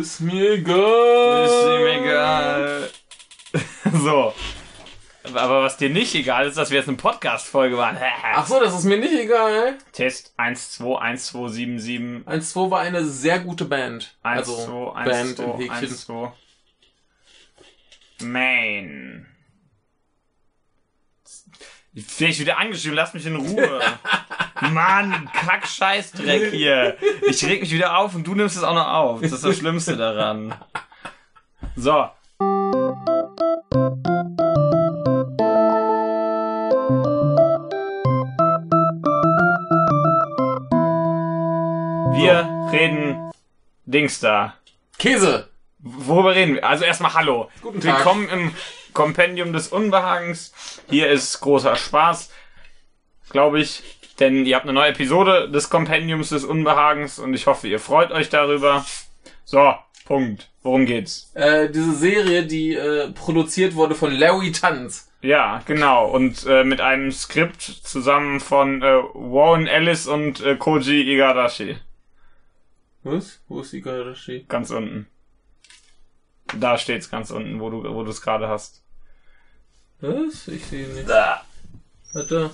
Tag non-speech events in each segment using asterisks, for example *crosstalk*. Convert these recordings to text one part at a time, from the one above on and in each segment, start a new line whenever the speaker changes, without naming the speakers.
Ist mir egal.
Ist ihm
*laughs*
egal. so. Aber was dir nicht egal ist, dass wir jetzt eine Podcast-Folge machen.
Ach so, das ist mir nicht egal.
Test 121277.
1-2 war eine sehr gute Band.
1,
also
2, 1,
Band
2,
im Häkchen.
1, 2. Main. Vielleicht wieder angeschrieben, lass mich
*laughs*
in Ruhe. Mann, kack Scheißdreck hier. Ich reg mich wieder auf und du nimmst es auch noch auf. Das ist das Schlimmste daran. So. Wir reden Dings da.
Käse.
Worüber reden wir? Also erstmal Hallo.
Guten Tag.
Willkommen im Kompendium des Unbehagens. Hier ist großer Spaß, glaube ich. Denn ihr habt eine neue Episode des Kompendiums des Unbehagens und ich hoffe, ihr freut euch darüber. So, Punkt. Worum geht's?
Äh, diese Serie, die äh, produziert wurde von Larry Tanz.
Ja, genau. Und äh, mit einem Skript zusammen von äh, Warren Ellis und äh, Koji Igarashi.
Was? Wo ist die Garashi?
Ganz unten. Da steht's ganz unten, wo du wo du es gerade hast.
Was? Ich sehe nicht. Warte.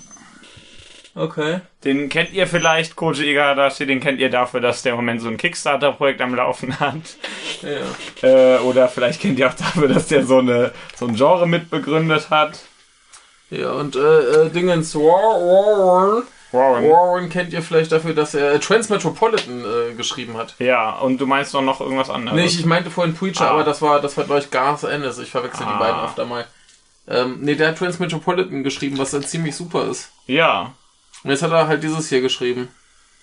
Okay.
Den kennt ihr vielleicht, Koji Igarashi, den kennt ihr dafür, dass der im Moment so ein Kickstarter-Projekt am Laufen hat.
Ja.
Äh, oder vielleicht kennt ihr auch dafür, dass der so, eine, so ein Genre mitbegründet hat.
Ja, und äh, äh, Dingens Warren.
Warren.
Warren kennt ihr vielleicht dafür, dass er Transmetropolitan äh, geschrieben hat.
Ja, und du meinst doch noch irgendwas anderes.
Nee, ich, ich meinte vorhin Preacher,
Also Ah.
aber das war, das war glaube ich Garth Ennis. Ich verwechsel
Ah.
die beiden öfter mal. Ähm, nee, der hat Transmetropolitan geschrieben, was dann ziemlich super ist.
Ja,
Und jetzt hat er halt dieses hier geschrieben.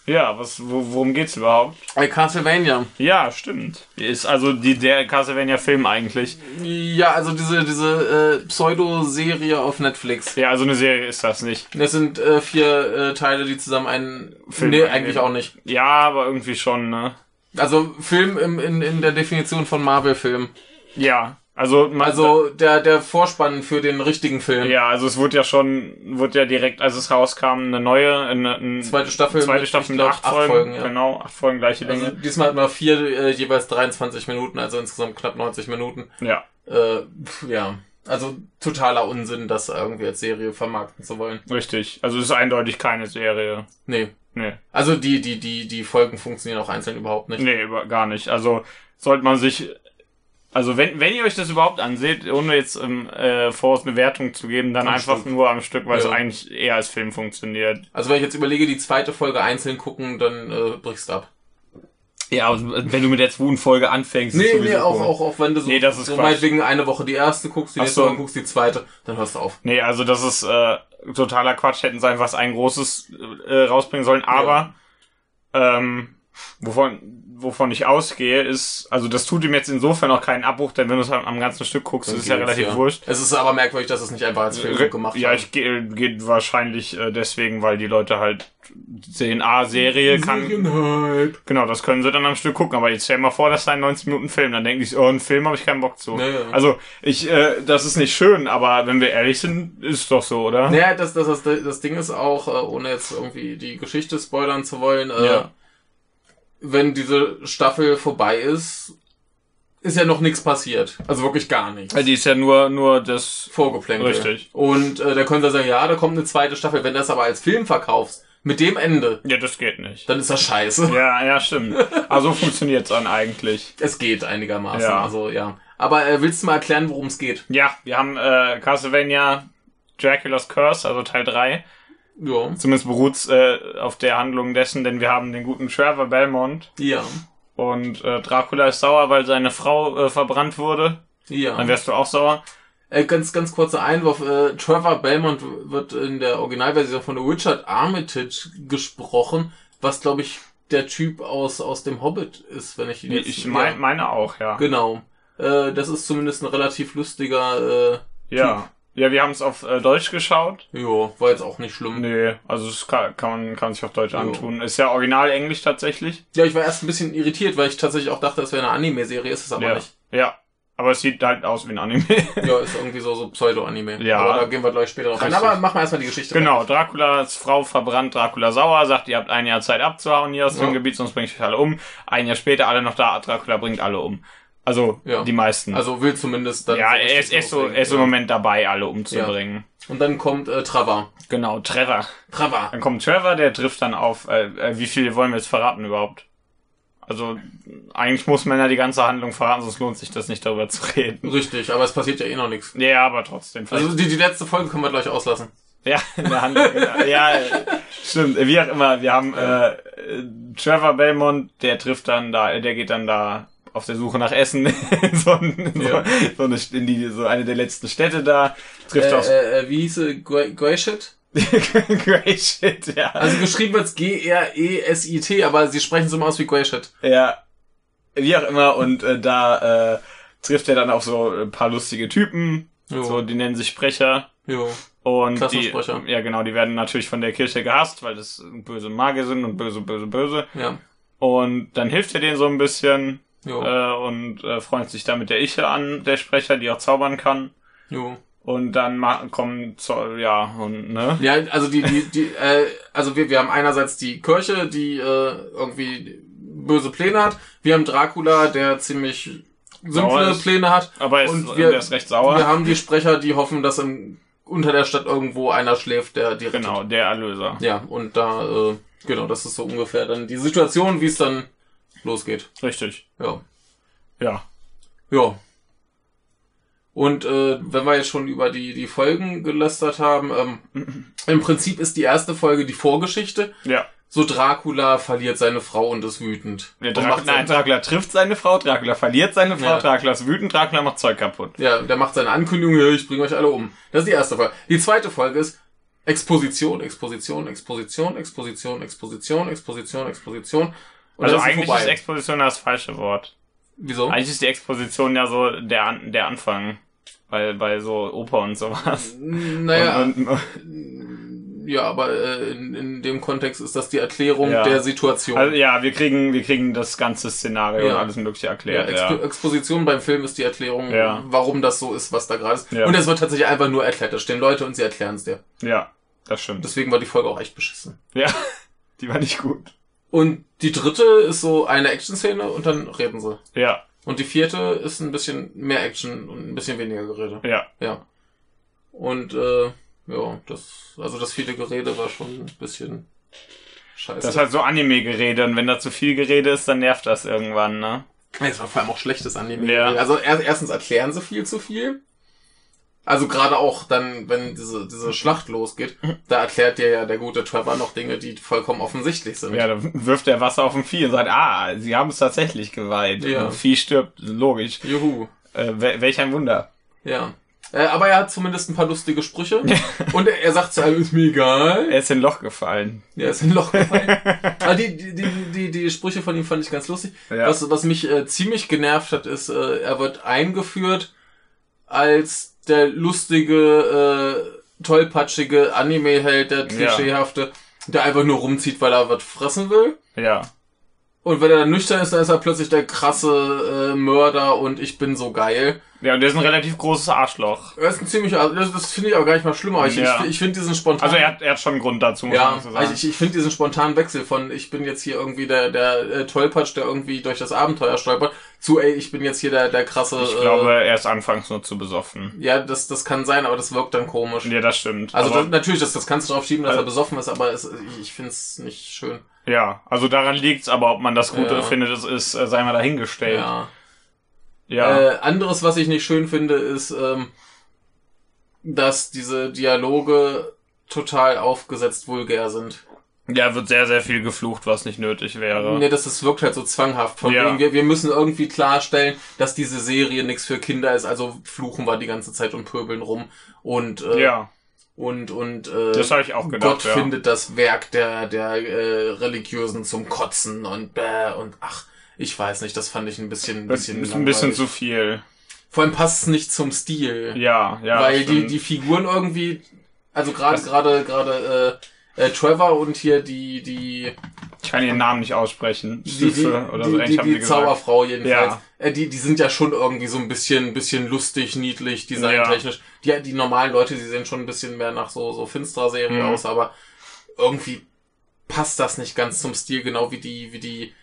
ja, was, wo, worum geht's überhaupt?
Bei Castlevania.
Ja, stimmt. Ist also die, der Castlevania-Film eigentlich.
Ja, also diese, diese äh, Pseudo-Serie auf Netflix.
Ja, also eine Serie ist das nicht.
Das sind äh, vier äh, Teile, die zusammen einen
Film
Nee,
einnehmen.
eigentlich auch nicht.
Ja, aber irgendwie schon, ne?
Also Film im, in, in der Definition von Marvel-Film.
Ja, also... Man,
Also der, der Vorspann für den richtigen Film.
Ja, also es wurde ja schon, wurde ja direkt, als es rauskam, eine neue, eine, eine
Zweite Staffel.
zweite
mit,
Staffel
ich
mit
glaub,
acht Folgen,
ja.
genau, acht Folgen gleiche Länge.
Also diesmal hatten wir vier, äh, jeweils 23 Minuten, also insgesamt knapp 90 Minuten.
ja.
Äh, pf, ja, also totaler Unsinn, das irgendwie als Serie vermarkten zu wollen.
Richtig. Also es ist eindeutig keine Serie.
Nee.
Nee.
Also die, die, die, die Folgen funktionieren auch einzeln überhaupt nicht.
Nee, über- gar nicht. Also sollte man sich. Also wenn, wenn ihr euch das überhaupt anseht, ohne jetzt im äh, Voraus eine Wertung zu geben, dann
Am
einfach
Stück.
nur am Stück, weil es
Ja.
eigentlich eher als Film funktioniert.
Also wenn ich jetzt überlege, die zweite Folge einzeln gucken, dann äh, brichst du ab.
Ja, aber wenn du mit der zweiten Folge anfängst,
Nee, nee, auch, auch, auch wenn du so,
Nee, das ist
so
Quatsch.
meinetwegen eine Woche die erste guckst, die
Ach
nächste
so.
Woche guckst die zweite, dann hörst du auf.
Nee, also das ist äh, totaler Quatsch, hätten sie einfach was ein großes äh, rausbringen sollen, aber ähm, wovon wovon ich ausgehe, ist, also das tut ihm jetzt insofern auch keinen Abbruch, denn wenn du es halt am ganzen Stück guckst, ist es ja
Geht's,
relativ wurscht.
Es ist aber merkwürdig, dass es nicht einfach als Film gemacht
ja,
haben.
ich gehe geh wahrscheinlich äh, deswegen, weil die Leute halt sehen, ah, Serie kann.
Serienhype.
Genau, das können sie dann am Stück gucken, aber jetzt stell dir mal vor, das sei ein 90 Minuten Film, dann denken die, sich, oh, ein Film habe ich keinen Bock zu.
Ja, ja.
Also, ich, äh, das ist nicht schön, aber wenn wir ehrlich sind, ist doch so, oder?
Naja, das, das, das, das Ding ist auch, äh, ohne jetzt irgendwie die Geschichte spoilern zu wollen, äh,
Ja.
wenn diese Staffel vorbei ist, ist ja noch nichts passiert. Also wirklich gar nichts.
Weil die ist ja nur, nur das.
Vorgeplänkel.
Richtig.
Und äh, da können sie sagen, ja, da kommt eine zweite Staffel. Wenn du das aber als Film verkaufst, mit dem Ende,
Ja, das geht nicht.
dann ist das
*laughs*
scheiße.
Ja, ja, stimmt. Also funktioniert's dann eigentlich.
Es geht einigermaßen.
Ja.
Also ja. Aber äh, willst du mal erklären, worum es geht?
Ja, wir haben äh, Castlevania Dracula's Curse, also Teil 3.
Ja.
Zumindest beruht's äh, auf der Handlung dessen, denn wir haben den guten Trevor Belmont
Ja.
und äh, Dracula ist sauer, weil seine Frau äh, verbrannt wurde. Dann
Ja.
wärst du auch sauer.
Äh, ganz, ganz kurzer Einwurf. Äh, Trevor Belmont wird in der Originalversion von Richard Armitage gesprochen, was glaube ich der Typ aus, aus dem Hobbit ist, wenn ich ihn jetzt.
Ich mein,
ja.
meine auch, ja.
Genau. Äh, das ist zumindest ein relativ lustiger,
Ja. Ja, wir haben's auf äh, Deutsch geschaut.
äh, jo, war jetzt auch nicht schlimm.
Nee, also es kann, kann man kann sich auf Deutsch
Jo.
antun. Ist ja original Englisch tatsächlich.
Ja, ich war erst ein bisschen irritiert, weil ich tatsächlich auch dachte, es wäre eine Anime-Serie, ist es aber
ja.
nicht.
Ja. Aber es sieht halt aus wie ein Anime. *laughs*
Ja, ist irgendwie so, so Pseudo-Anime.
Ja.
Aber da gehen wir gleich später drauf ein.
Richtig.
Aber machen wir erstmal die Geschichte.
genau, Draculas Frau verbrannt Dracula sauer, sagt, ihr habt ein Jahr Zeit abzuhauen hier aus
Ja.
dem Gebiet, sonst bringe ich euch alle um. Ein Jahr später alle noch da, Dracula bringt alle um. Also
Ja.
die meisten.
Also will zumindest dann.
ja,
so
er ist,
richtig
er ist, so,
loslegen.
er ist im
Ja.
Moment dabei, alle umzubringen.
Und dann kommt äh, Trava.
Genau, Trevor.
Trava.
Dann kommt Trevor, der trifft dann auf, äh, äh, wie viel wollen wir jetzt verraten überhaupt? Also, eigentlich muss man ja die ganze Handlung verraten, sonst lohnt sich das nicht darüber zu reden.
Richtig, aber es passiert ja eh noch nichts.
Ja, aber trotzdem. Vielleicht,
Also die, die letzte Folge können wir gleich auslassen.
ja, in der Handlung. genau. ja, äh, stimmt. Wie auch immer, wir haben äh, äh, Trevor Belmont, der trifft dann da, äh, der geht dann da auf der Suche nach Essen *laughs* in, so, ein, in, so,
Ja.
so, eine, in die, so eine der letzten Städte da,
Äh,
trifft auf
äh, äh, wie hieße Greyshit?
*laughs* Great Shit, ja.
Also geschrieben wird's E G-R-E-S-I-T, aber sie sprechen so mal aus wie Greyshit.
Ja, wie auch immer. Und äh, da äh, trifft er dann auch so ein paar lustige Typen.
Jo.
So, die nennen sich Sprecher.
Jo.
Und die,
Klassensprecher.
ja genau, die werden natürlich von der Kirche gehasst, weil das böse Magier sind und böse, böse, böse.
Ja.
Und dann hilft er denen so ein bisschen
Jo.
äh, und äh, freundet sich damit der Iche an, der Sprecher, die auch zaubern kann.
Jo.
Und dann ma- kommen, zu, ja, und ne?
Ja, also die, die, die, äh, also wir, wir haben einerseits die Kirche, die äh, irgendwie böse Pläne hat. Wir haben Dracula, der ziemlich
Sauer
simple
ist.
Pläne hat.
Aber er ist, äh,
Und wir-
der ist recht sauer.
Wir haben die Sprecher, die hoffen, dass im, unter der Stadt irgendwo einer schläft, der die rettet.
genau, der Erlöser.
Ja, und da, äh, genau, das ist so ungefähr dann die Situation, wie es dann losgeht.
Richtig.
Ja.
Ja.
Ja. Und äh, wenn wir jetzt schon über die, die Folgen gelästert haben, ähm,
*clears throat*
im Prinzip ist die erste Folge die Vorgeschichte.
Ja.
So Dracula verliert seine Frau und ist wütend.
Ja,
Und
Dracula,
macht
nein,
sein,
Dracula trifft seine Frau, Dracula verliert seine Frau,
Ja.
Dracula ist wütend, Dracula macht Zeug kaputt.
ja, der macht seine Ankündigung, ja, ich bringe euch alle um. Das ist die erste Folge. Die zweite Folge ist Exposition, Exposition, Exposition, Exposition, Exposition, Exposition, Exposition. Und
also
dann sie
eigentlich ist Exposition das falsche Wort.
Wieso?
Eigentlich ist die Exposition ja so der, An- der Anfang. Bei, bei so Oper und sowas.
Naja,
Und, und,
ja, aber äh, in, in dem Kontext ist das die Erklärung
Ja.
der Situation.
also ja, wir kriegen, wir kriegen das ganze Szenario
Ja.
und alles mögliche
Ja,
erklärt. Ja,
Expo Exposition beim Film ist die Erklärung,
Ja.
warum das so ist, was da gerade ist.
Ja.
Und es wird tatsächlich einfach nur erklärt. Da stehen Leute und sie erklären es dir.
ja. das stimmt.
Deswegen war die Folge auch echt beschissen.
Ja, *laughs* die war nicht gut.
Und die dritte ist so eine Action-Szene und dann reden sie.
Ja,
Und die vierte ist ein bisschen mehr Action und ein bisschen weniger Gerede.
ja.
Ja. Und äh, ja, das, also das viele Gerede war schon ein bisschen scheiße.
Das ist halt so Anime-Gerede und wenn da zu viel Gerede ist, dann nervt das irgendwann, ne?
Es war vor allem auch schlechtes Anime.
Ja.
Also er, erstens erklären sie viel zu viel. Also gerade auch dann, wenn diese, diese Schlacht losgeht,
Mhm.
da erklärt dir ja der gute Trevor noch Dinge, die vollkommen offensichtlich sind.
Ja, da wirft er Wasser auf dem Vieh und sagt, ah, sie haben es tatsächlich geweiht.
Ja.
Und Vieh stirbt, logisch.
Juhu.
Äh, wel- welch ein Wunder.
Ja. Äh, aber er hat zumindest ein paar lustige Sprüche. Und er, er sagt zu allem, ist mir egal.
Er ist in ein Loch gefallen.
Ja, ist ein Loch
*laughs*
gefallen. aber die, die, die, die, die Sprüche von ihm fand ich ganz lustig.
Ja.
Was, was mich äh, ziemlich genervt hat, ist, äh, er wird eingeführt als der lustige, äh, tollpatschige Anime-Held, der
Ja.
klischeehafte, der einfach nur rumzieht, weil er was fressen will.
Ja.
Und wenn er dann nüchtern ist, dann ist er plötzlich der krasse äh, Mörder und ich bin so geil.
Ja, und er ist ein relativ großes Arschloch.
Das ist ein ziemlich, also das, das finde ich auch gar nicht mal schlimm, aber ich,
Ja.
ich, ich finde diesen spontanen.
Also er hat, er hat schon einen Grund dazu, muss
ja, also
man so sagen.
ich, ich finde diesen spontanen Wechsel von ich bin jetzt hier irgendwie der der äh, Tollpatsch, der irgendwie durch das Abenteuer stolpert, zu ey, ich bin jetzt hier der der krasse
Ich
äh,
glaube, er ist anfangs nur zu besoffen.
Ja, das, das kann sein, aber das wirkt dann komisch.
Ja, das stimmt.
Also
aber,
das, natürlich, das, das kannst du drauf schieben, dass
Also-
er besoffen ist, aber es, ich, ich find's nicht schön.
ja, also daran liegt's, aber ob man das Gute
Ja.
findet, das ist, äh, sei mal dahingestellt. Ja.
Ja. Äh, anderes, was ich nicht schön finde, ist, ähm, dass diese Dialoge total aufgesetzt vulgär sind.
ja, wird sehr, sehr viel geflucht, was nicht nötig wäre.
Ne, das, das wirkt halt so zwanghaft. Von
Also Ja.
wegen, wir, wir müssen irgendwie klarstellen, dass diese Serie nichts für Kinder ist, also fluchen wir die ganze Zeit und pöbeln rum und äh,
Ja,
und und äh,
das habe ich auch gedacht.
Gott
Genau, ja.
findet das Werk der, der äh, Religiösen zum Kotzen und bäh und ach, ich weiß nicht, das fand ich ein bisschen, ein
das
bisschen,
ist ein bisschen
langweilig.
zu viel.
Vor allem passt es nicht zum Stil,
Ja, ja.
weil die,
stimmt.
die Figuren irgendwie, also gerade,
Das-
gerade, gerade, äh, Äh, Trevor und hier die, die,
Ich kann ihren Namen nicht aussprechen.
die, die,
Stüffe oder so
die, die,
ähnlich haben
die
sie gesagt.
Zauberfrau jedenfalls.
Ja.
Äh, die, die sind ja schon irgendwie so ein bisschen, bisschen lustig, niedlich, designtechnisch. Die, die normalen Leute, die sehen schon ein bisschen mehr nach so, so finsterer Serie
Mhm.
aus, aber irgendwie passt das nicht ganz zum Stil, genau wie die, wie die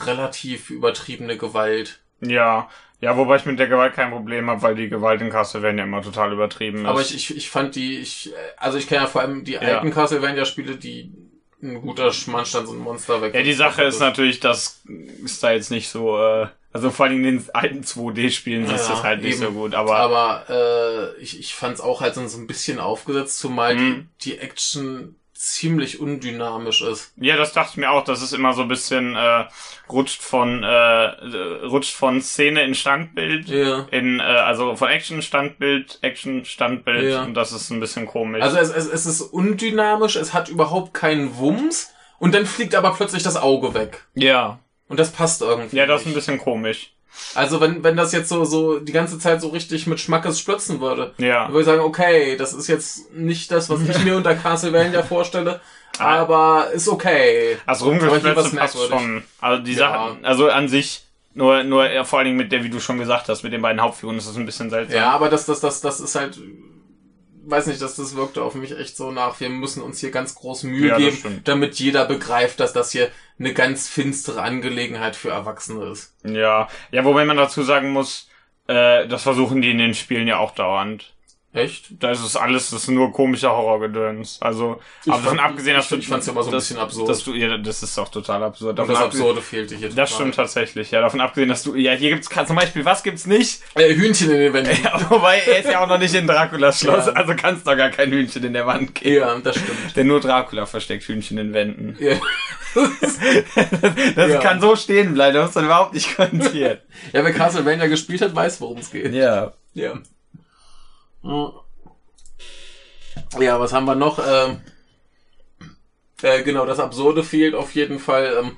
relativ übertriebene Gewalt.
Ja. Ja, wobei ich mit der Gewalt kein Problem habe, weil die Gewalt in Castlevania immer total übertrieben ist.
Aber ich, ich, ich fand die, ich, äh, also ich kenne ja vor allem die
Ja.
alten Castlevania-Spiele, die ein guter Mann stand so ein Monster weg. Also
Ja, die Sache ist natürlich, dass es da jetzt nicht so, äh, also vor allem in den alten 2D-Spielen ist
Ja,
das halt nicht
eben.
so gut, aber,
Aber äh, ich, ich fand es auch halt so so ein bisschen aufgesetzt, zumal
Mhm.
die, die Action ziemlich undynamisch ist.
ja, das dachte ich mir auch, das ist immer so ein bisschen äh, rutscht von äh, äh, rutscht von Szene in Standbild,
Ja.
in äh, also von Action in Standbild, Action in Standbild
Ja.
und das ist ein bisschen komisch.
Also es, es, es ist undynamisch, es hat überhaupt keinen Wumms und dann fliegt aber plötzlich das Auge weg.
ja,
Und das passt irgendwie.
ja, das ist ein
nicht.
bisschen komisch.
Also wenn, wenn das jetzt so, so die ganze Zeit so richtig mit Schmackes spritzen würde,
Ja,
dann würde ich sagen, okay, das ist jetzt nicht das, was
*laughs*
ich mir unter Castlevania vorstelle,
Ah.
aber ist okay.
Also
Aber hier
rumgespritzt
was
passt schon.
merkwürdig.
Also die
Ja.
Sachen, also an sich nur nur ja, vor allen Dingen mit der, wie du schon gesagt hast, mit den beiden Hauptfiguren ist das ein bisschen seltsam.
Ja, aber das, das, das, das ist halt, weiß nicht, dass das wirkte auf mich echt so nach. Wir müssen uns hier ganz groß Mühe
Ja, das
geben,
stimmt.
damit jeder begreift, dass das hier eine ganz finstere Angelegenheit für Erwachsene ist.
Ja, ja, wobei man dazu sagen muss, äh, das versuchen die in den Spielen ja auch dauernd.
Echt?
Da ist es alles, das ist nur komischer Horrorgedöns. Also,
Ich
aber davon
fand-
abgesehen, dass
ich-
du,
ich fand's ja immer so ein
dass-
bisschen absurd.
Dass du, ja, das ist auch total absurd.
Und
Davon
das
abgesehen-
Absurde fehlte hier.
Das
total.
stimmt tatsächlich, ja. Davon abgesehen, dass du, ja, hier gibt's gerade zum Beispiel, was gibt's nicht? *laughs*
Äh, Hühnchen in den Wänden.
Ja, wobei, er ist ja auch noch nicht in Draculas Schloss,
Ja.
also kannst doch gar kein Hühnchen in der Wand geben.
*laughs* Ja, das stimmt.
Denn nur Dracula versteckt Hühnchen in Wänden.
Ja.
Das
Ja.
kann so stehen bleiben, das ist dann überhaupt nicht kontiert.
ja, wer Castlevania gespielt hat, weiß, worum es geht.
ja.
*laughs* Ja. Ja, was haben wir noch? Ähm, äh, genau, das Absurde fehlt auf jeden Fall. Ähm,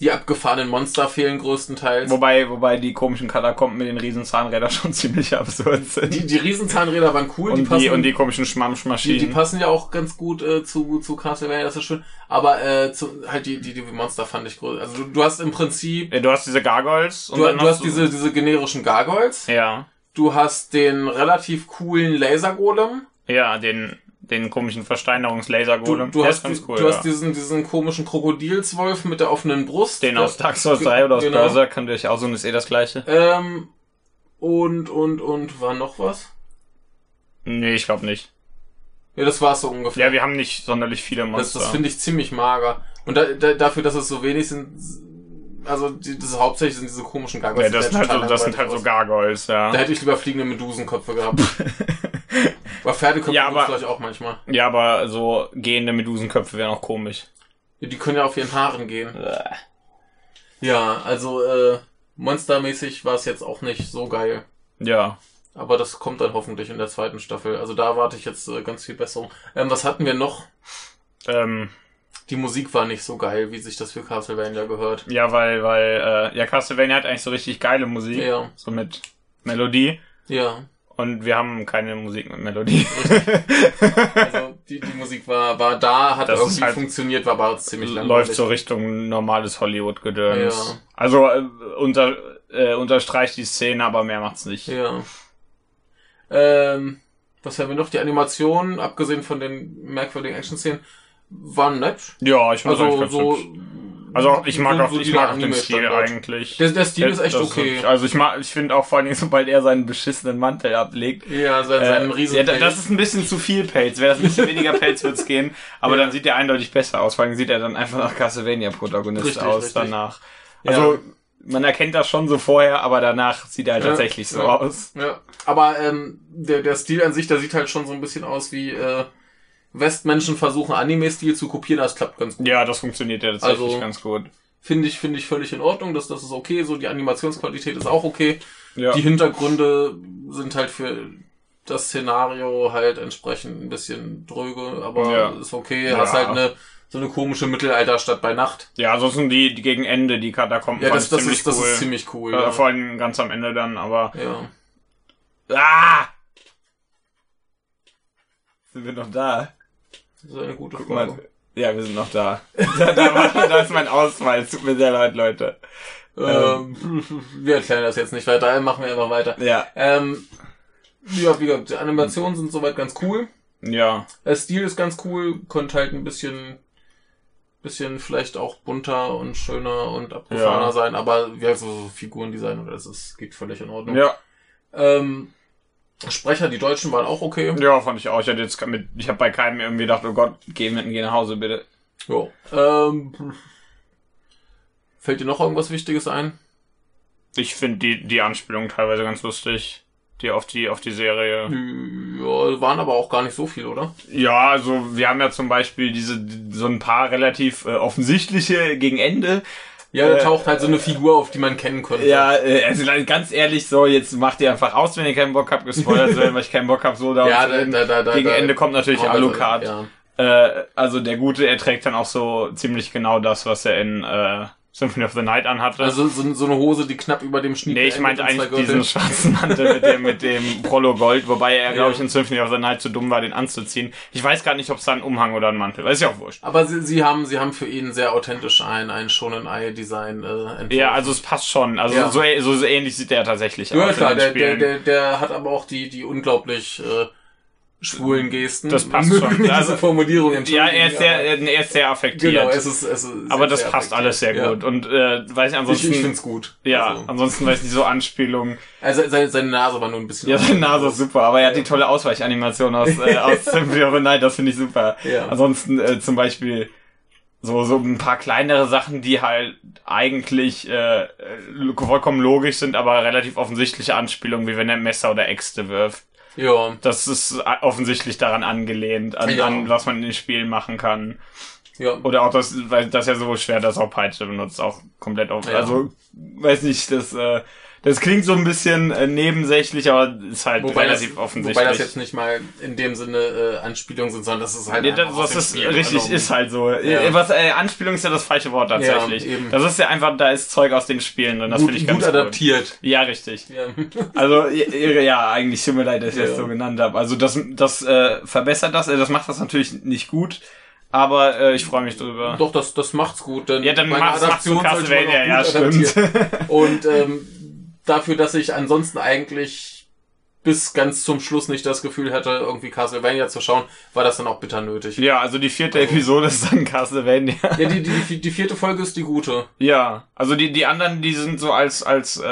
die abgefahrenen Monster fehlen größtenteils.
Wobei, wobei die komischen Katakomben mit den riesen Zahnrädern schon *laughs* ziemlich absurd sind.
Die, die Riesenzahnräder waren cool.
und, die
passen,
und die komischen
die,
Schmammschmaschinen.
die passen ja auch ganz gut äh, zu, zu Castlevania, das ist schön. Aber äh, zu, halt die, die, die Monster fand ich groß. Also du, du hast im Prinzip,
Äh, du hast diese Gargoyles
du,
dann
du hast
du-
diese, diese generischen Gargoyles.
Ja.
Du hast den relativ coolen Lasergolem.
Ja, den, den komischen
Du,
Versteinerungs-Lasergolem.
du,
Der ist
hast,
ganz
die-
cool.
du hast
ja.
diesen, diesen komischen Krokodilswolf mit der offenen Brust.
Den
Der-
aus Dark Souls 3 oder aus
Genau.
Berserk kann durchaus und ist eh das gleiche.
Ähm, und, und, und, war noch was?
Nee, ich glaube nicht.
Ja, das war's so ungefähr.
Ja, wir haben nicht sonderlich viele
das
Monster.
das finde ich ziemlich mager. Und da, da, dafür, dass es so wenig sind, also die, das hauptsächlich sind diese komischen Gargoyles.
ja, das
die
sind, halt
total
so, das sind halt
langweilig
so
aus-
Gargoyles,
Da
ja.
hätte ich lieber fliegende Medusenköpfe
*laughs*
gehabt. Aber Pferdeköpfe
Ja,
ja,
aber-
vielleicht auch manchmal.
Ja, aber so gehende Medusenköpfe wären auch komisch.
Ja, Die können ja auf ihren Haaren gehen. Ja, also äh, monstermäßig war es jetzt auch nicht so geil.
Ja.
Aber das kommt dann hoffentlich in der zweiten Staffel. Also da warte ich jetzt äh, ganz viel Besserung. Ähm, was hatten wir noch?
Ähm,
Die Musik war nicht so geil, wie sich das für Castlevania gehört.
Ja, weil, weil, äh, ja, Castlevania hat eigentlich so richtig geile Musik.
Ja.
So mit Melodie.
Ja,
Und wir haben keine Musik mit Melodie.
also die, die Musik war, war da, hat
Das ist
irgendwie
halt-
funktioniert, war aber ziemlich langweilig.
Läuft so Richtung normales Hollywood-Gedöns.
Ja.
Also äh, unter, äh, unterstreicht die Szene, aber mehr macht's nicht.
Ja. Ähm, was haben wir noch? Die Animationen, abgesehen von den merkwürdigen Action-Szenen, waren nett.
Ja, ich muss sagen,
Also
ich fand's
so.
hübsch. Also auch, ich mag
so-
auch,
so
ich
dieser
mag auch den Stil
Anime-Standard.
eigentlich.
Der, der Stil
Ja,
ist echt
das
okay.
Also ich mag, ich finde auch vor allen Dingen, sobald er seinen beschissenen Mantel ablegt, äh,
ja, sein, sein riesen
ja, da- das ist ein bisschen zu viel Pelz. Wäre das ein bisschen weniger Pelz, würde es gehen. Aber
*laughs* Ja.
dann sieht er eindeutig besser aus. Vor allem sieht er dann einfach nach Castlevania-Protagonist
Richtig,
aus
richtig.
danach.
Ja.
Also man erkennt das schon so vorher, aber danach sieht er halt
Ja.
tatsächlich so
Ja.
aus.
Ja, aber ähm, der, der Stil an sich, der sieht halt schon so ein bisschen aus wie äh, Westmenschen versuchen, Anime-Stil zu kopieren. Das klappt ganz gut.
Ja, das funktioniert ja tatsächlich
Also-
ganz gut.
Finde ich, finde ich völlig in Ordnung. Das, das ist okay. So, die Animationsqualität ist auch okay.
Ja.
Die Hintergründe sind halt für das Szenario halt entsprechend ein bisschen dröge, aber
Ja.
ist okay.
Ja.
Hast halt eine so eine komische Mittelalterstadt bei Nacht.
ja, ansonsten die, die gegen Ende, die Katakomben,
Ja,
fand
das,
ich
das,
ziemlich
ist, das
cool.
ist ziemlich cool.
Ja,
Ja.
Vor allem ganz am Ende dann, aber.
Ja.
Ah! Sind wir noch da?
Das ist eine gute
Guck mal,
Frage.
Ja, wir sind noch *laughs* da. Da, da, war, da ist mein Ausfall. Es tut mir sehr leid, Leute.
Ähm, *laughs* wir erklären das jetzt nicht weiter, machen wir einfach weiter.
Ja.
Ähm, ja, wie gesagt, die Animationen sind soweit ganz cool.
Ja.
Der Stil ist ganz cool, könnte halt ein bisschen, bisschen vielleicht auch bunter und schöner und abgefahrener
Ja.
sein, aber wie halt so Figurendesign oder das ist, geht völlig in Ordnung.
Ja.
Ähm, Sprecher, die Deutschen waren auch okay.
Ja, fand ich auch. Ich hatte jetzt mit, ich habe bei keinem irgendwie gedacht, oh Gott, geh mit, geh nach Hause bitte.
Jo. Ähm, fällt dir noch irgendwas Wichtiges ein?
Ich finde die, die Anspielung teilweise ganz lustig. Die auf die, auf die Serie.
Ja, waren aber auch gar nicht so viel, oder?
Ja, also wir haben ja zum Beispiel diese, so ein paar relativ äh, offensichtliche gegen Ende.
Ja, da
Äh,
taucht halt so eine Figur auf, die man kennen könnte.
Ja, äh, also ganz ehrlich, so, jetzt macht ihr einfach aus, wenn ihr keinen Bock habt, gespoilert zu werden, weil ich keinen Bock hab, so da
ja
und so
da,
hin.
da, da, da,
Gegen
da,
Ende kommt natürlich
Ja,
Alucard.
Ja.
Äh, also der Gute, er trägt dann auch so ziemlich genau das, was er in äh, Symphony of the Night anhatte.
Also so, so eine Hose, die knapp über dem Schnitt
nee, ich
endet
meinte
und zwei
eigentlich
Gürtel.
diesen schwarzen Mantel mit dem,
*laughs*
mit dem Prolo Gold, wobei er, glaube
Ja.
ich, in Symphony of the Night zu dumm war, den anzuziehen. Ich weiß gar nicht, ob es da ein Umhang oder ein Mantel war. Ist ja auch wurscht.
Aber sie, sie haben, sie haben für ihn sehr authentisch ein, ein shonen ei design äh, entworfen.
Ja, also es passt schon. Also
Ja.
so, so, so ähnlich sieht der tatsächlich
ja,
aus.
klar,
in den
der, der,
Spielen.
der, der hat aber auch die, die unglaublich äh, schwulen Gesten.
Das passt
Mögen
schon.
mir
Also-
diese Formulierung
ja, er ist sehr,
aber-
er ist sehr affektiert.
Genau, es ist, es ist
aber
sehr,
das
sehr
passt
affektiert.
alles sehr
Ja.
gut. Und äh, weiß nicht,
Ich,
ansonsten.
ich finde es gut.
ja,
Also,
ansonsten weiß nicht, so Anspielungen.
also seine, seine Nase war nur ein bisschen.
Ja, seine Nase ist super, aber er hat die tolle Ausweichanimation aus,
*laughs*
äh, aus Symphony of the Night, das finde ich super.
Ja.
Ansonsten äh, zum Beispiel so, so ein paar kleinere Sachen, die halt eigentlich äh, äh, vollkommen logisch sind, aber relativ offensichtliche Anspielungen, wie wenn er Messer oder Äxte wirft.
Ja,
Das ist äh, offensichtlich daran angelehnt, an,
Ja.
an was man in den Spielen machen kann.
ja.
Oder auch das, weil das ja sowohl schwer, dass auch Peitsche benutzt, auch komplett auf.
Ja.
Also, weiß nicht, das, äh, das klingt so ein bisschen äh, nebensächlich, aber ist halt
Wobei das,
relativ offensichtlich.
wobei das jetzt nicht mal in dem Sinne äh, Anspielungen sind, sondern das ist halt.
Nee,
einfach
das,
aus
das
dem
ist
Spiel.
richtig,
Also,
ist halt so.
Ja.
Was, äh, Anspielung ist ja das falsche Wort tatsächlich.
Ja, eben.
das ist ja einfach, da ist Zeug aus den Spielen drin, das
gut,
finde ich
gut
ganz gut.
adaptiert.
Ja, richtig.
Ja.
Also, ja, ja eigentlich tut mir leid, dass ich das
Ja.
so genannt habe. Also, das, das äh, verbessert das, äh, das macht das natürlich nicht gut, aber äh, ich freue mich drüber.
Doch, das, das macht's gut. Denn
Ja, dann
bei einer
machst du
Adaption sollte man
Castlevania, ja,
auch gut adaptieren.
stimmt.
Und ähm, dafür, dass ich ansonsten eigentlich bis ganz zum Schluss nicht das Gefühl hatte, irgendwie Castlevania zu schauen, war das dann auch bitter nötig.
Ja, also die vierte
Also-
Episode ist dann Castlevania.
Ja, die, die, die vierte Folge ist die gute.
Ja, also die, die anderen, die sind so als, als, äh,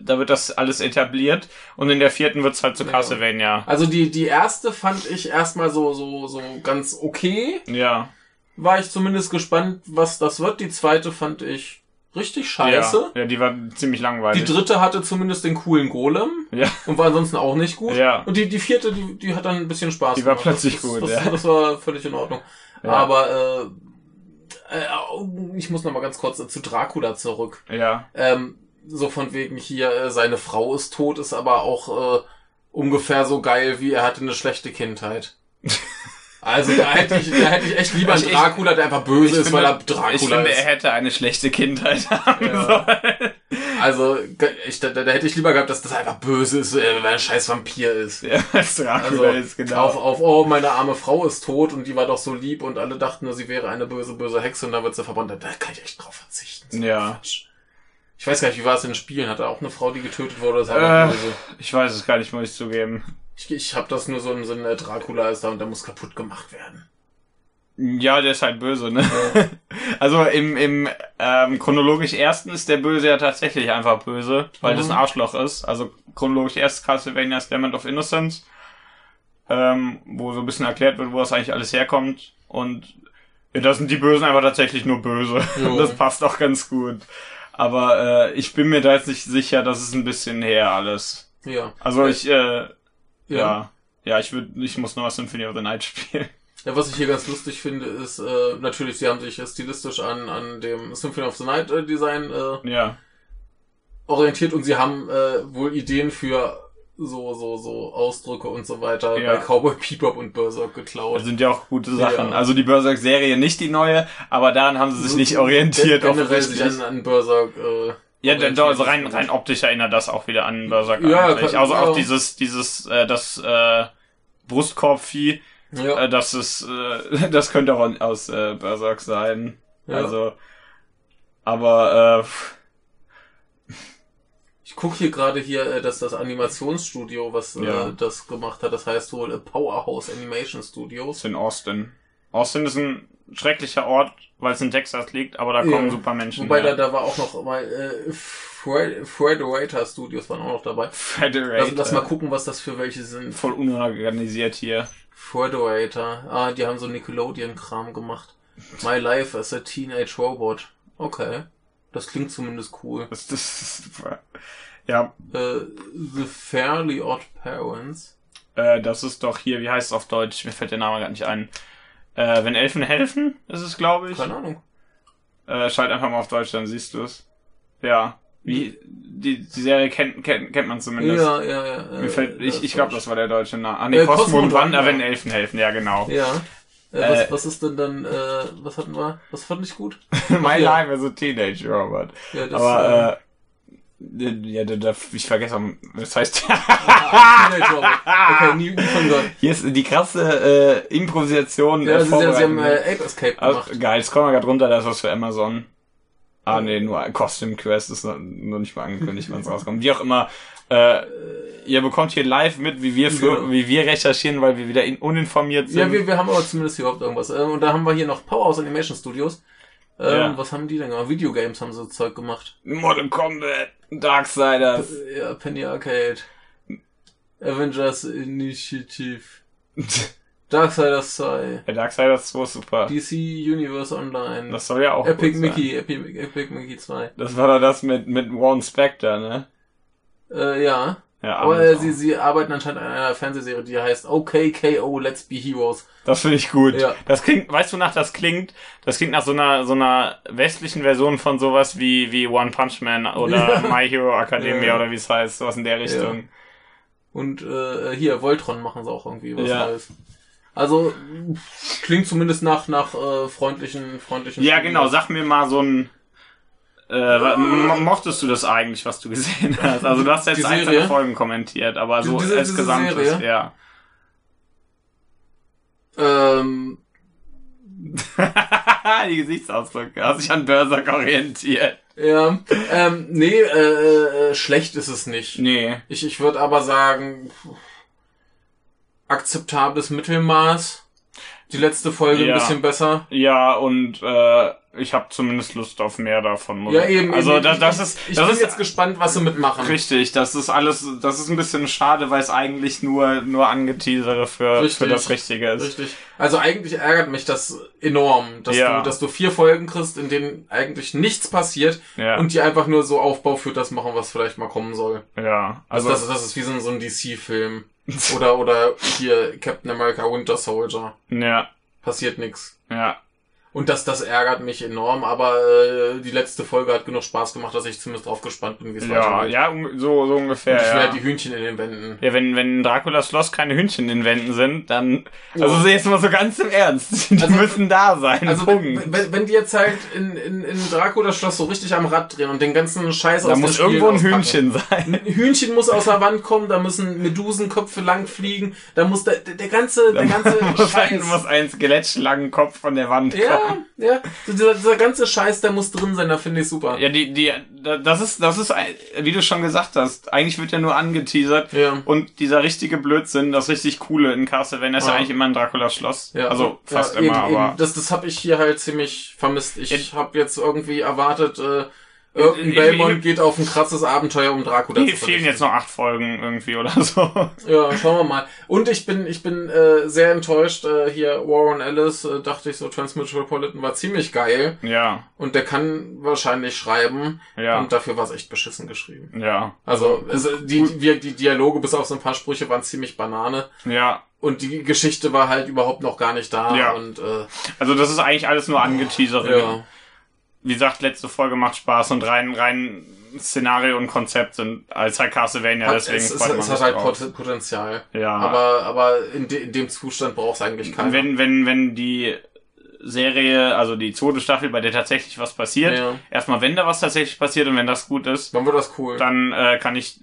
da wird das alles etabliert und in der vierten wird's halt zu Castlevania.
Also die, die erste fand ich erstmal so, so, so ganz okay.
Ja.
War ich zumindest gespannt, was das wird. Die zweite fand ich richtig scheiße.
Ja, ja die war ziemlich
Die
langweilig.
dritte hatte zumindest den coolen Golem
ja,
und war ansonsten auch nicht gut.
Ja.
Und die, die vierte, die, die hat dann ein bisschen Spaß
Die war plötzlich
das,
gut,
das,
ja.
Das war völlig in Ordnung.
Ja.
Aber äh, äh, ich muss noch mal ganz kurz zu Dracula zurück.
ja.
Ähm, so von wegen hier, äh, seine Frau ist tot, ist aber auch äh, ungefähr so geil, wie er hatte eine schlechte
*laughs*
Kindheit. Also da hätte ich, da hätte ich echt lieber einen
Ich- ich-
Dracula, der einfach böse ist, weil er Dracula
ich finde,
ist.
er hätte eine schlechte Kindheit haben
Ja.
sollen. *laughs*
Also, ge- ich, da, da hätte ich lieber gehabt, dass das einfach böse ist, äh, weil er ein scheiß Vampir ist.
Ja, als Dracula
Also,
ist, genau.
auf, auf, oh, meine arme Frau ist tot und die war doch so lieb und alle dachten nur, sie wäre eine böse, böse Hexe und dann wird sie verbrannt. Da kann ich echt drauf verzichten. So
Ja.
Quatsch. Ich weiß gar nicht, wie war es in den Spielen? Hat er auch eine Frau, die getötet wurde? Das war
Äh,
böse.
ich weiß es gar nicht, muss ich zugeben.
Ich, ich habe das nur so im Sinne, äh, Dracula ist da und der muss kaputt gemacht werden.
Ja, der ist halt böse, ne? *laughs* Also im, im ähm, chronologisch ersten ist der Böse ja tatsächlich einfach böse, weil
Mhm.
das ein Arschloch ist. Also chronologisch erst Castlevania's Lament of Innocence, ähm, wo so ein bisschen erklärt wird, wo das eigentlich alles herkommt. Und ja, das sind die Bösen einfach tatsächlich nur böse.
Jo.
*laughs* Das passt auch ganz gut. Aber äh, ich bin mir da jetzt nicht sicher, das ist ein bisschen her alles.
Ja.
Also ich, äh,
Ja.
ja. Ja, ich würde, ich muss noch Symphony of the Night spielen.
ja. Was ich hier ganz lustig finde, ist, äh, natürlich, sie haben sich äh, stilistisch an, an dem Symphony of the Night äh, Design äh,
Ja.
orientiert und sie haben äh, wohl Ideen für so, so, so Ausdrücke und so weiter
Ja. Also,
bei Cowboy Bebop und Berserk geklaut.
Das sind ja auch gute Sachen.
Ja.
Also die Berserk-Serie nicht die neue, aber daran haben sie sich nicht orientiert.
Gen- generell sich
offensichtlich.
an, an Berserk. Äh,
Ja, da- da- also rein,
orientiert.
rein optisch erinnert das auch wieder an Berserk
Ja,
eigentlich.
kann-
Also auch
ja.
dieses, dieses, äh, das äh, Brustkorbvieh,
Ja.
Äh, das ist, äh, *laughs* das könnte auch aus äh, Berserk sein.
Ja.
Also, aber äh, pff,
Ich gucke hier gerade hier, äh, dass das Animationsstudio, was
Ja.
äh, das gemacht hat, das heißt wohl äh, Powerhouse Animation Studios.
ist in Austin. Austin ist ein schrecklicher Ort, weil es in Texas liegt, aber da
Ja.
kommen super Menschen
Wobei da,
her.
da war auch noch mal äh, Fred, Frederator Studios waren auch noch dabei.
Federator.
Lass, lass mal gucken, was das für welche sind.
Voll unorganisiert hier.
Frederator. Ah, die haben so Nickelodeon-Kram gemacht. My Life as a Teenage Robot. Okay. Das klingt zumindest cool.
Das, das ist super. Ja,
Äh, The Fairly Odd Parents.
äh, das ist doch hier, wie heißt es auf Deutsch? Mir fällt der Name gar nicht ein. Äh, wenn Elfen helfen, ist es, glaube ich.
Keine Ahnung.
Äh, schalt einfach mal auf Deutsch, dann siehst du es. Ja. Wie, die, die Serie kennt, kennt, kennt man zumindest.
Ja, ja, ja.
Mir
äh,
fällt, ich
ist
ich glaube,
falsch.
das war der deutsche Name. Ah, nee,
Äh,
Cosmo und
Cosmo und
Wanda,
Wanda.
wenn Elfen helfen, ja, genau.
Ja. Äh, was,
Äh,
was ist denn dann, äh, was hatten wir? Was fand ich gut?
*laughs* My
ja.
Life is a Teenage Robot.
Ja, das
Aber, äh, ja, da, da, ich vergesse, das heißt, *laughs* äh,
ah, Teenage Robot. Okay, nie nie von Gott.
hier ist die krasse äh, Improvisation.
Ja,
äh,
das ist ja, sie haben
vorbereitet.
äh, Ape Escape
Ah,
gemacht.
geil, jetzt kommen wir gerade runter, das ist was für Amazon. Ah, nee, nur Costume Quest ist noch, noch nicht mal
*laughs*
angekündigt, wann es rauskommt. Wie auch immer, äh, ihr bekommt hier live mit, wie wir, für,
Genau.
wie wir recherchieren, weil wir wieder in, uninformiert sind.
Ja, wir, wir haben aber zumindest überhaupt irgendwas. Ähm, und da haben wir hier noch Powerhouse Animation Studios. Ähm,
Ja.
Was haben die denn gemacht? Videogames haben so Zeug gemacht.
Mortal Kombat, Darksiders.
Äh, Ja, Penny Arcade. Avengers
*laughs*
Initiative. Darksiders 2.
Der Darksiders 2 ist super.
DC Universe Online.
Das soll ja auch
Epic
gut Sein.
Mickey, Epic, Epic Mickey 2.
Das war doch das mit, mit Warren Spector, ne?
Äh, ja.
Ja,
Aber äh,
Amazon.
sie, sie arbeiten anscheinend an einer Fernsehserie, die heißt OKKO Let's Be Heroes.
Das finde ich gut.
Ja.
Das klingt, weißt du, nach das klingt, das klingt nach so einer so einer westlichen Version von sowas wie wie One Punch Man oder
Ja.
My Hero Academia
Ja.
oder wie es heißt, sowas in der Richtung.
Und äh, hier, Voltron machen sie auch irgendwie was
Ja.
Neues. Also, pff, klingt zumindest nach, nach äh, freundlichen, freundlichen.
Ja,
Studios.
genau, sag mir mal so ein äh, wa- mo- mochtest du das eigentlich, was du gesehen hast? Also du hast jetzt
Die
einzelne
Serie?
Folgen kommentiert, aber so
Diese-
als
diese
Gesamtes,
Serie?
ja. *laughs*
Ähm,
Die Gesichtsausdrücke, hast dich an Berserk orientiert.
ja, ähm, nee, äh, äh, schlecht ist es nicht.
Nee.
Ich, ich würde aber sagen, pff, akzeptables Mittelmaß. Die letzte Folge
Ja.
ein bisschen besser.
Ja, und äh, ich habe zumindest Lust auf mehr davon. muss
Ja,
ich-
eben.
Also
eben,
das,
Ich-
das ist
Ich
das
bin
ist
jetzt gespannt, was sie mitmachen.
Richtig, das ist alles, das ist ein bisschen schade, weil es eigentlich nur, nur angeteasere für,
Richtig.
für das Richtige ist.
Richtig. Also eigentlich ärgert mich das enorm, dass,
Ja.
du, dass du vier Folgen kriegst, in denen eigentlich nichts passiert
Ja,
und die einfach nur so Aufbau für das machen, was vielleicht mal kommen soll.
ja.
Also
Also,
das, das ist wie so ein, so ein
*laughs*
DC-Film. oder, oder hier Captain America Winter Soldier.
ja,
Passiert nichts.
ja.
Und das, das ärgert mich enorm, aber äh, die letzte Folge hat genug Spaß gemacht, dass ich zumindest drauf gespannt bin, wie es
Ja,
weitergeht.
ja, um- so, so
Und ich will
ungefähr.
halt die
Ja.
Hühnchen in den Wänden.
Ja, wenn, wenn in Draculas Schloss keine Hühnchen in Wänden sind, dann. Also jetzt mal so ganz im Ernst. Die
Also-
müssen da sein.
Also
Punkt.
wenn, wenn, wenn die jetzt halt in, in, in Dracula Schloss so richtig am Rad drehen und den ganzen Scheiß
Da
aus den
muss
Spielen
irgendwo ein
auspacken.
Hühnchen sein.
Ein Hühnchen muss aus der Wand kommen, da müssen Medusenköpfe lang fliegen, da muss der, der, der ganze, der ganze
*laughs* muss, ein,
Scheiß.
muss ein Skelettschlangenkopf von der Wand kommen.
Ja, ja. So dieser, dieser ganze Scheiß, der muss drin sein, da finde ich super.
Ja, die, die, da- das ist, das ist, ein- wie du schon gesagt hast, eigentlich wird ja nur angeteasert.
Ja.
Und dieser richtige Blödsinn, das richtig Coole in Castlevania ist ja
Ja.
eigentlich immer in Draculas Schloss.
Ja.
Also fast
Ja,
immer,
eben,
aber.
Eben. Das, das habe ich hier halt ziemlich vermisst. Ich
Ja.
habe jetzt irgendwie erwartet, äh,
Ich-
irgendein
ich-
Belmont geht auf ein krasses Abenteuer, um Dracula
Hier
vernichten.
fehlen jetzt noch acht Folgen irgendwie oder *laughs* so.
Ja, schauen wir mal. Und ich bin, ich bin äh, sehr enttäuscht. Äh, hier Warren Ellis, äh, dachte ich so, Transmetropolitan war ziemlich geil.
Ja,
Und der kann wahrscheinlich schreiben.
Ja.
Und dafür war es echt beschissen geschrieben.
ja,
Also, also die, die, die Dialoge bis auf so ein paar Sprüche waren ziemlich Banane.
ja.
Und die Geschichte war halt überhaupt noch gar nicht da.
Ja.
Und äh,
Also das ist eigentlich alles nur angeteasert.
ja.
Wie gesagt, letzte Folge macht Spaß und rein, rein Szenario und Konzept sind als halt Castlevania,
Hat,
deswegen
es, es,
freut man
es
sich
hat halt
drauf.
Pot- Potenzial.
Ja.
Aber, aber in, de, in dem Zustand braucht es eigentlich keiner.
Wenn, wenn, wenn die Serie, also die zweite Staffel, bei der tatsächlich was passiert,
Ja.
erstmal wenn da was tatsächlich passiert und wenn das gut ist,
Dann wird das cool.
dann äh, kann ich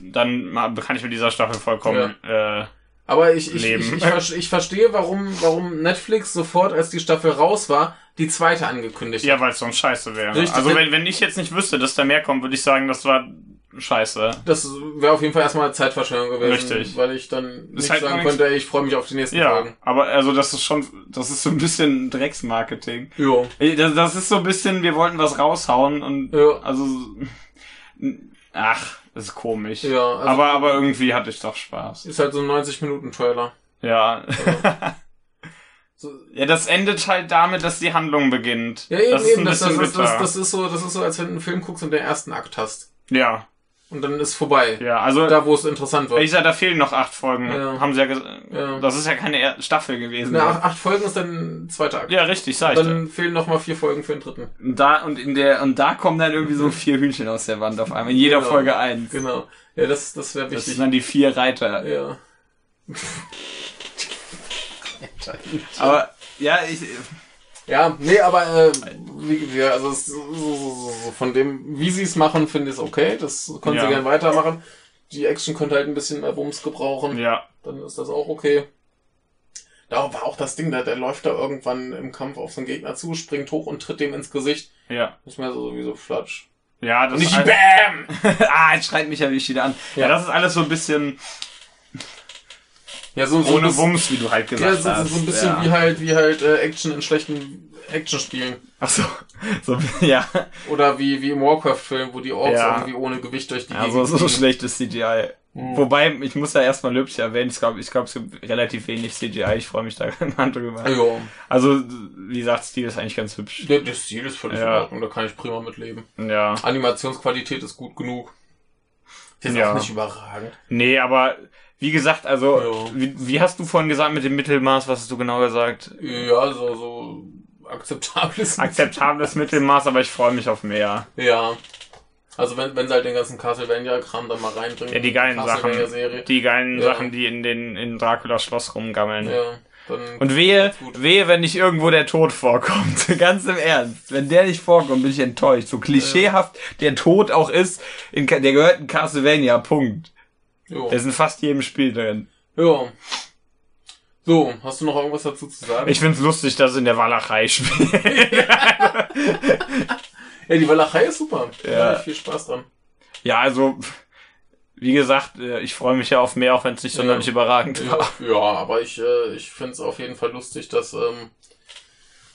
dann ma- kann ich mit dieser Staffel vollkommen äh,
Aber ich, ich, ich,
Leben.
ich, ver- ich verstehe, warum, warum Netflix sofort, als die Staffel raus war, die zweite angekündigt hat.
Ja, weil es sonst scheiße wäre.
Richtig,
also
wenn-
wenn, wenn ich jetzt nicht wüsste, dass da mehr kommt, würde ich sagen, das war scheiße.
Das wäre auf jeden Fall erstmal Zeitverschwendung gewesen,
Richtig.
weil ich dann nicht
halt
sagen
nix-
konnte, ey, ich freue mich auf die nächsten
Ja,
Folgen.
aber also das ist schon, das ist so ein bisschen Drecksmarketing.
Jo.
Ey, Das, das ist so ein bisschen, wir wollten was raushauen und
Ja.
also n- ach, das ist komisch.
Ja, also-
aber aber irgendwie hatte ich doch Spaß.
Ist halt so ein 90-Minuten-Trailer.
Ja.
So-
*laughs* ja, das endet halt damit, dass die Handlung beginnt.
Ja, eben,
das ist
eben.
ein
Das, das,
bisschen
das,
bitter.
das, das, ist so, das ist so, als wenn du einen Film guckst und den ersten Akt hast.
ja,
Und dann ist vorbei.
ja, also
Da, wo es interessant wird.
ich sag, da fehlen noch acht Folgen.
Ja.
Haben sie ja gesagt.
Ja.
Das ist ja keine Er- Staffel gewesen.
Na, acht, acht Folgen ist dann zweiter Akt.
ja, richtig, sag ich dir.
Dann fehlen noch mal vier Folgen für den dritten.
Und da und in der und da kommen dann irgendwie so vier Hühnchen aus der Wand auf einmal in jeder
Genau.
Folge eins.
Genau. Ja, das, das wäre
Das
wichtig.
sind dann die vier Reiter.
ja.
Aber ja, ich
Ja, nee, aber äh, wie, wie, also es, so, so, so, so, von dem, wie sie es machen, finde ich es okay. Das können sie
Ja.
gerne weitermachen. Die Action könnte halt ein bisschen mehr Bums gebrauchen.
ja,
Dann ist das auch okay. Da war auch das Ding, da der läuft da irgendwann im Kampf auf so einen Gegner zu, springt hoch und tritt dem ins Gesicht.
ja.
Nicht mehr so wie so Flatsch.
Ja, das
Nicht
ist halt alles,
BAM!
*laughs* Ah, jetzt schreit mich ja wieder an. Ja.
Ja.
das ist alles so ein bisschen
Ja, so, so ein
ohne
bisschen,
Wumms, wie du halt gesagt
ja, so, so
hast.
so ein bisschen
ja.
wie halt, wie halt äh, Action in schlechten Actionspielen.
Ach so, so ja.
Oder wie, wie im Warcraft-Film, wo die Orks
Ja.
irgendwie ohne Gewicht durch die
ja so, so
fliegen. Hm.
schlechtes CGI. Wobei, ich muss ja erstmal löblich erwähnen, ich glaube, ich glaub, es gibt relativ wenig CGI. Ich freue mich da *laughs* ganz drüber.
Ja,
Also, wie gesagt, Stil ist eigentlich ganz hübsch.
der, der Stil ist völlig
Ja.
in Ordnung, da kann ich prima mitleben.
Ja.
Animationsqualität ist gut genug. Ist
Ja.
auch nicht überragend.
Nee, aber wie gesagt, also,
Ja.
wie, wie hast du vorhin gesagt mit dem Mittelmaß, was hast du genau gesagt?
Ja, so, so akzeptables.
Akzeptables Mittelmaß, aber ich freue mich auf mehr.
ja. Also wenn, wenn sie halt den ganzen Castlevania-Kram da mal reinbringen.
Ja, die geilen
Castlevania-Serie.
Sachen. Die geilen
Ja.
Sachen, die in den in Draculas Schloss rumgammeln.
Ja, dann
Und wehe,
Ganz gut.
wehe, wenn nicht irgendwo der Tod vorkommt. *laughs* Ganz im Ernst. Wenn der nicht vorkommt, bin ich enttäuscht. So klischeehaft der Tod auch ist, in, Ka- der gehört in Castlevania, Punkt.
jo.
Der ist in fast jedem Spiel drin.
jo. So, hast du noch irgendwas dazu zu sagen?
Ich find's lustig, dass es in der Walachei *laughs* spielt.
ja, die Walachei ist super.
Ja.
Da hab ich viel Spaß dran.
ja, also, wie gesagt, äh, ich freue mich ja auf mehr, auch wenn es nicht sonderlich überragend war.
Ja, *laughs* ja aber ich, äh, ich finde es auf jeden Fall lustig, dass ähm,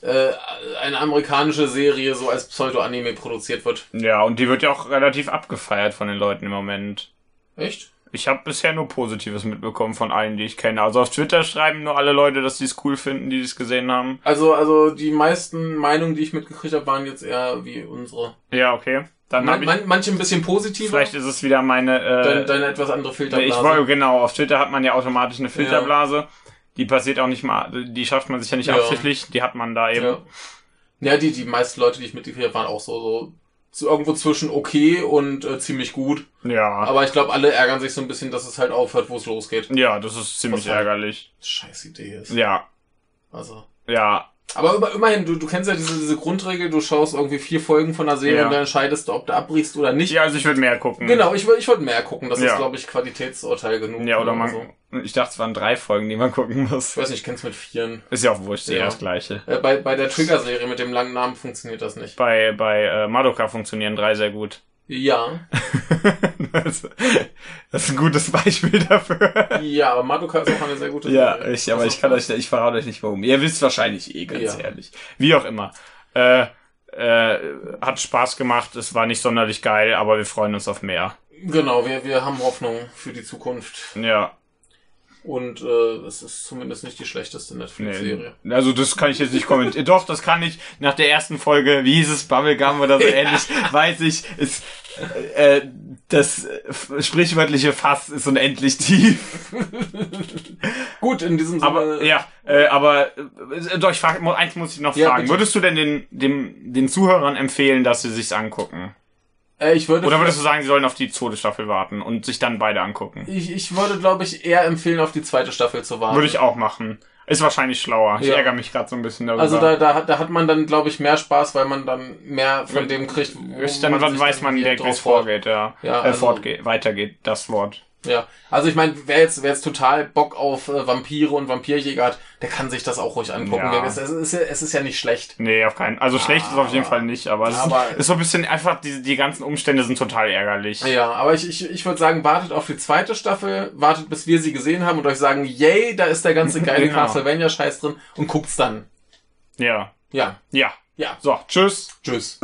äh, eine amerikanische Serie so als Pseudo-Anime produziert wird.
Ja, und die wird ja auch relativ abgefeiert von den Leuten im Moment.
Echt?
Ich habe bisher nur Positives mitbekommen von allen, die ich kenne. Also auf Twitter schreiben nur alle Leute, dass die es cool finden, die es gesehen haben.
Also, also die meisten Meinungen, die ich mitgekriegt habe, waren jetzt eher wie unsere.
Ja, okay. Dann hab
Man,
ich
man, manche ein bisschen positiver,
Vielleicht ist es wieder meine.
deine,
Äh,
deine etwas andere
ich
Filterblase.
wollte genau. Auf Twitter hat man ja automatisch eine Filterblase. Die passiert auch nicht mal. Die schafft man sich ja nicht
Ja.
absichtlich. Die hat man da eben.
ja. ja, die, die meisten Leute, die ich mitgekriegt habe, waren auch so, so zu, irgendwo zwischen okay und äh, ziemlich gut.
Ja.
Aber ich glaube, alle ärgern sich so ein bisschen, dass es halt aufhört, wo es losgeht.
Ja, das ist ziemlich
Was halt-
ärgerlich.
Scheiß Idee ist.
Ja.
Also.
Ja.
Aber über, immerhin, du, du kennst ja diese, diese Grundregel, du schaust irgendwie vier Folgen von einer Serie
Ja.
und dann entscheidest du, ob du abbrichst oder nicht.
Ja, also ich würde mehr gucken.
Genau, ich, würd- ich würde mehr gucken. Das
Ja.
ist, glaube ich, Qualitätsurteil genug.
Ja, oder man.
Genau so.
Ich dachte, es waren drei Folgen, die man gucken muss.
*laughs* Ich weiß nicht, ich kenn's mit vieren.
Ist ja auch wurscht, ja.
Ja.
das gleiche.
Äh, bei, bei der Trigger-Serie mit dem langen Namen funktioniert das nicht.
Bei, bei äh, Madoka funktionieren drei sehr gut. *laughs*
Ja.
das ist ein gutes Beispiel dafür.
Ja, aber Madoka ist auch eine sehr gute
Ja,
Serie. Also,
ich, aber ich kann euch, ich verrate euch nicht warum. Ihr wisst wahrscheinlich eh, ganz
Ja.
ehrlich. Wie auch immer. Äh, äh, hat Spaß gemacht, es war nicht sonderlich geil, aber wir freuen uns auf mehr.
Genau, wir, wir haben Hoffnung für die Zukunft.
Ja,
Und äh, es ist zumindest nicht die schlechteste
nee.
Netflix-Serie.
Also das kann ich jetzt nicht kommentieren. Doch, das kann ich. Nach der ersten Folge, wie hieß es, Bubblegum oder so ähnlich, weiß ich, ist äh, das äh, f- sprichwörtliche Fass ist unendlich tief.
*laughs* Gut, in diesem Sinne.
Aber ja, äh, aber äh, doch, ich frag, mu- eins muss ich noch
Ja,
fragen.
bitte.
Würdest du denn den, dem, den Zuhörern empfehlen, dass sie sich's angucken?
äh, ich würde
Oder würdest du sagen, sie sollen auf die zweite Staffel warten und sich dann beide angucken?
ich, ich würde, glaube ich, eher empfehlen, auf die zweite Staffel zu warten.
Würde ich auch machen. Ist wahrscheinlich schlauer. Ich
Ja.
ärgere mich gerade so ein bisschen darüber.
Also da, da, hat- da hat man dann, glaube ich, mehr Spaß, weil man dann mehr von dem kriegt, wo
Richtig, dann,
sich
weiß man
irgendwie
direkt, wie es
drauf freut.
vorgeht, ja.
Ja,
äh,
also-
fortgeht, weitergeht, das Wort.
Ja, also ich meine, wer jetzt, wer jetzt total Bock auf äh, Vampire und Vampirjäger hat, der kann sich das auch ruhig angucken.
Ja.
Es, es, ist, ja- es ist ja nicht schlecht.
Nee, auf keinen. Also schlecht ist auf jeden
Aber-
Fall nicht, aber,
aber-
es ist, ist so ein bisschen einfach, die, die ganzen Umstände sind total ärgerlich.
Ja, aber ich, ich, ich würde sagen, wartet auf die zweite Staffel, wartet bis wir sie gesehen haben und euch sagen, yay, da ist der ganze geile
*laughs* Genau.
Castlevania-Scheiß drin und guckt's dann.
Ja.
Ja,
Ja.
ja,
So, tschüss.
tschüss.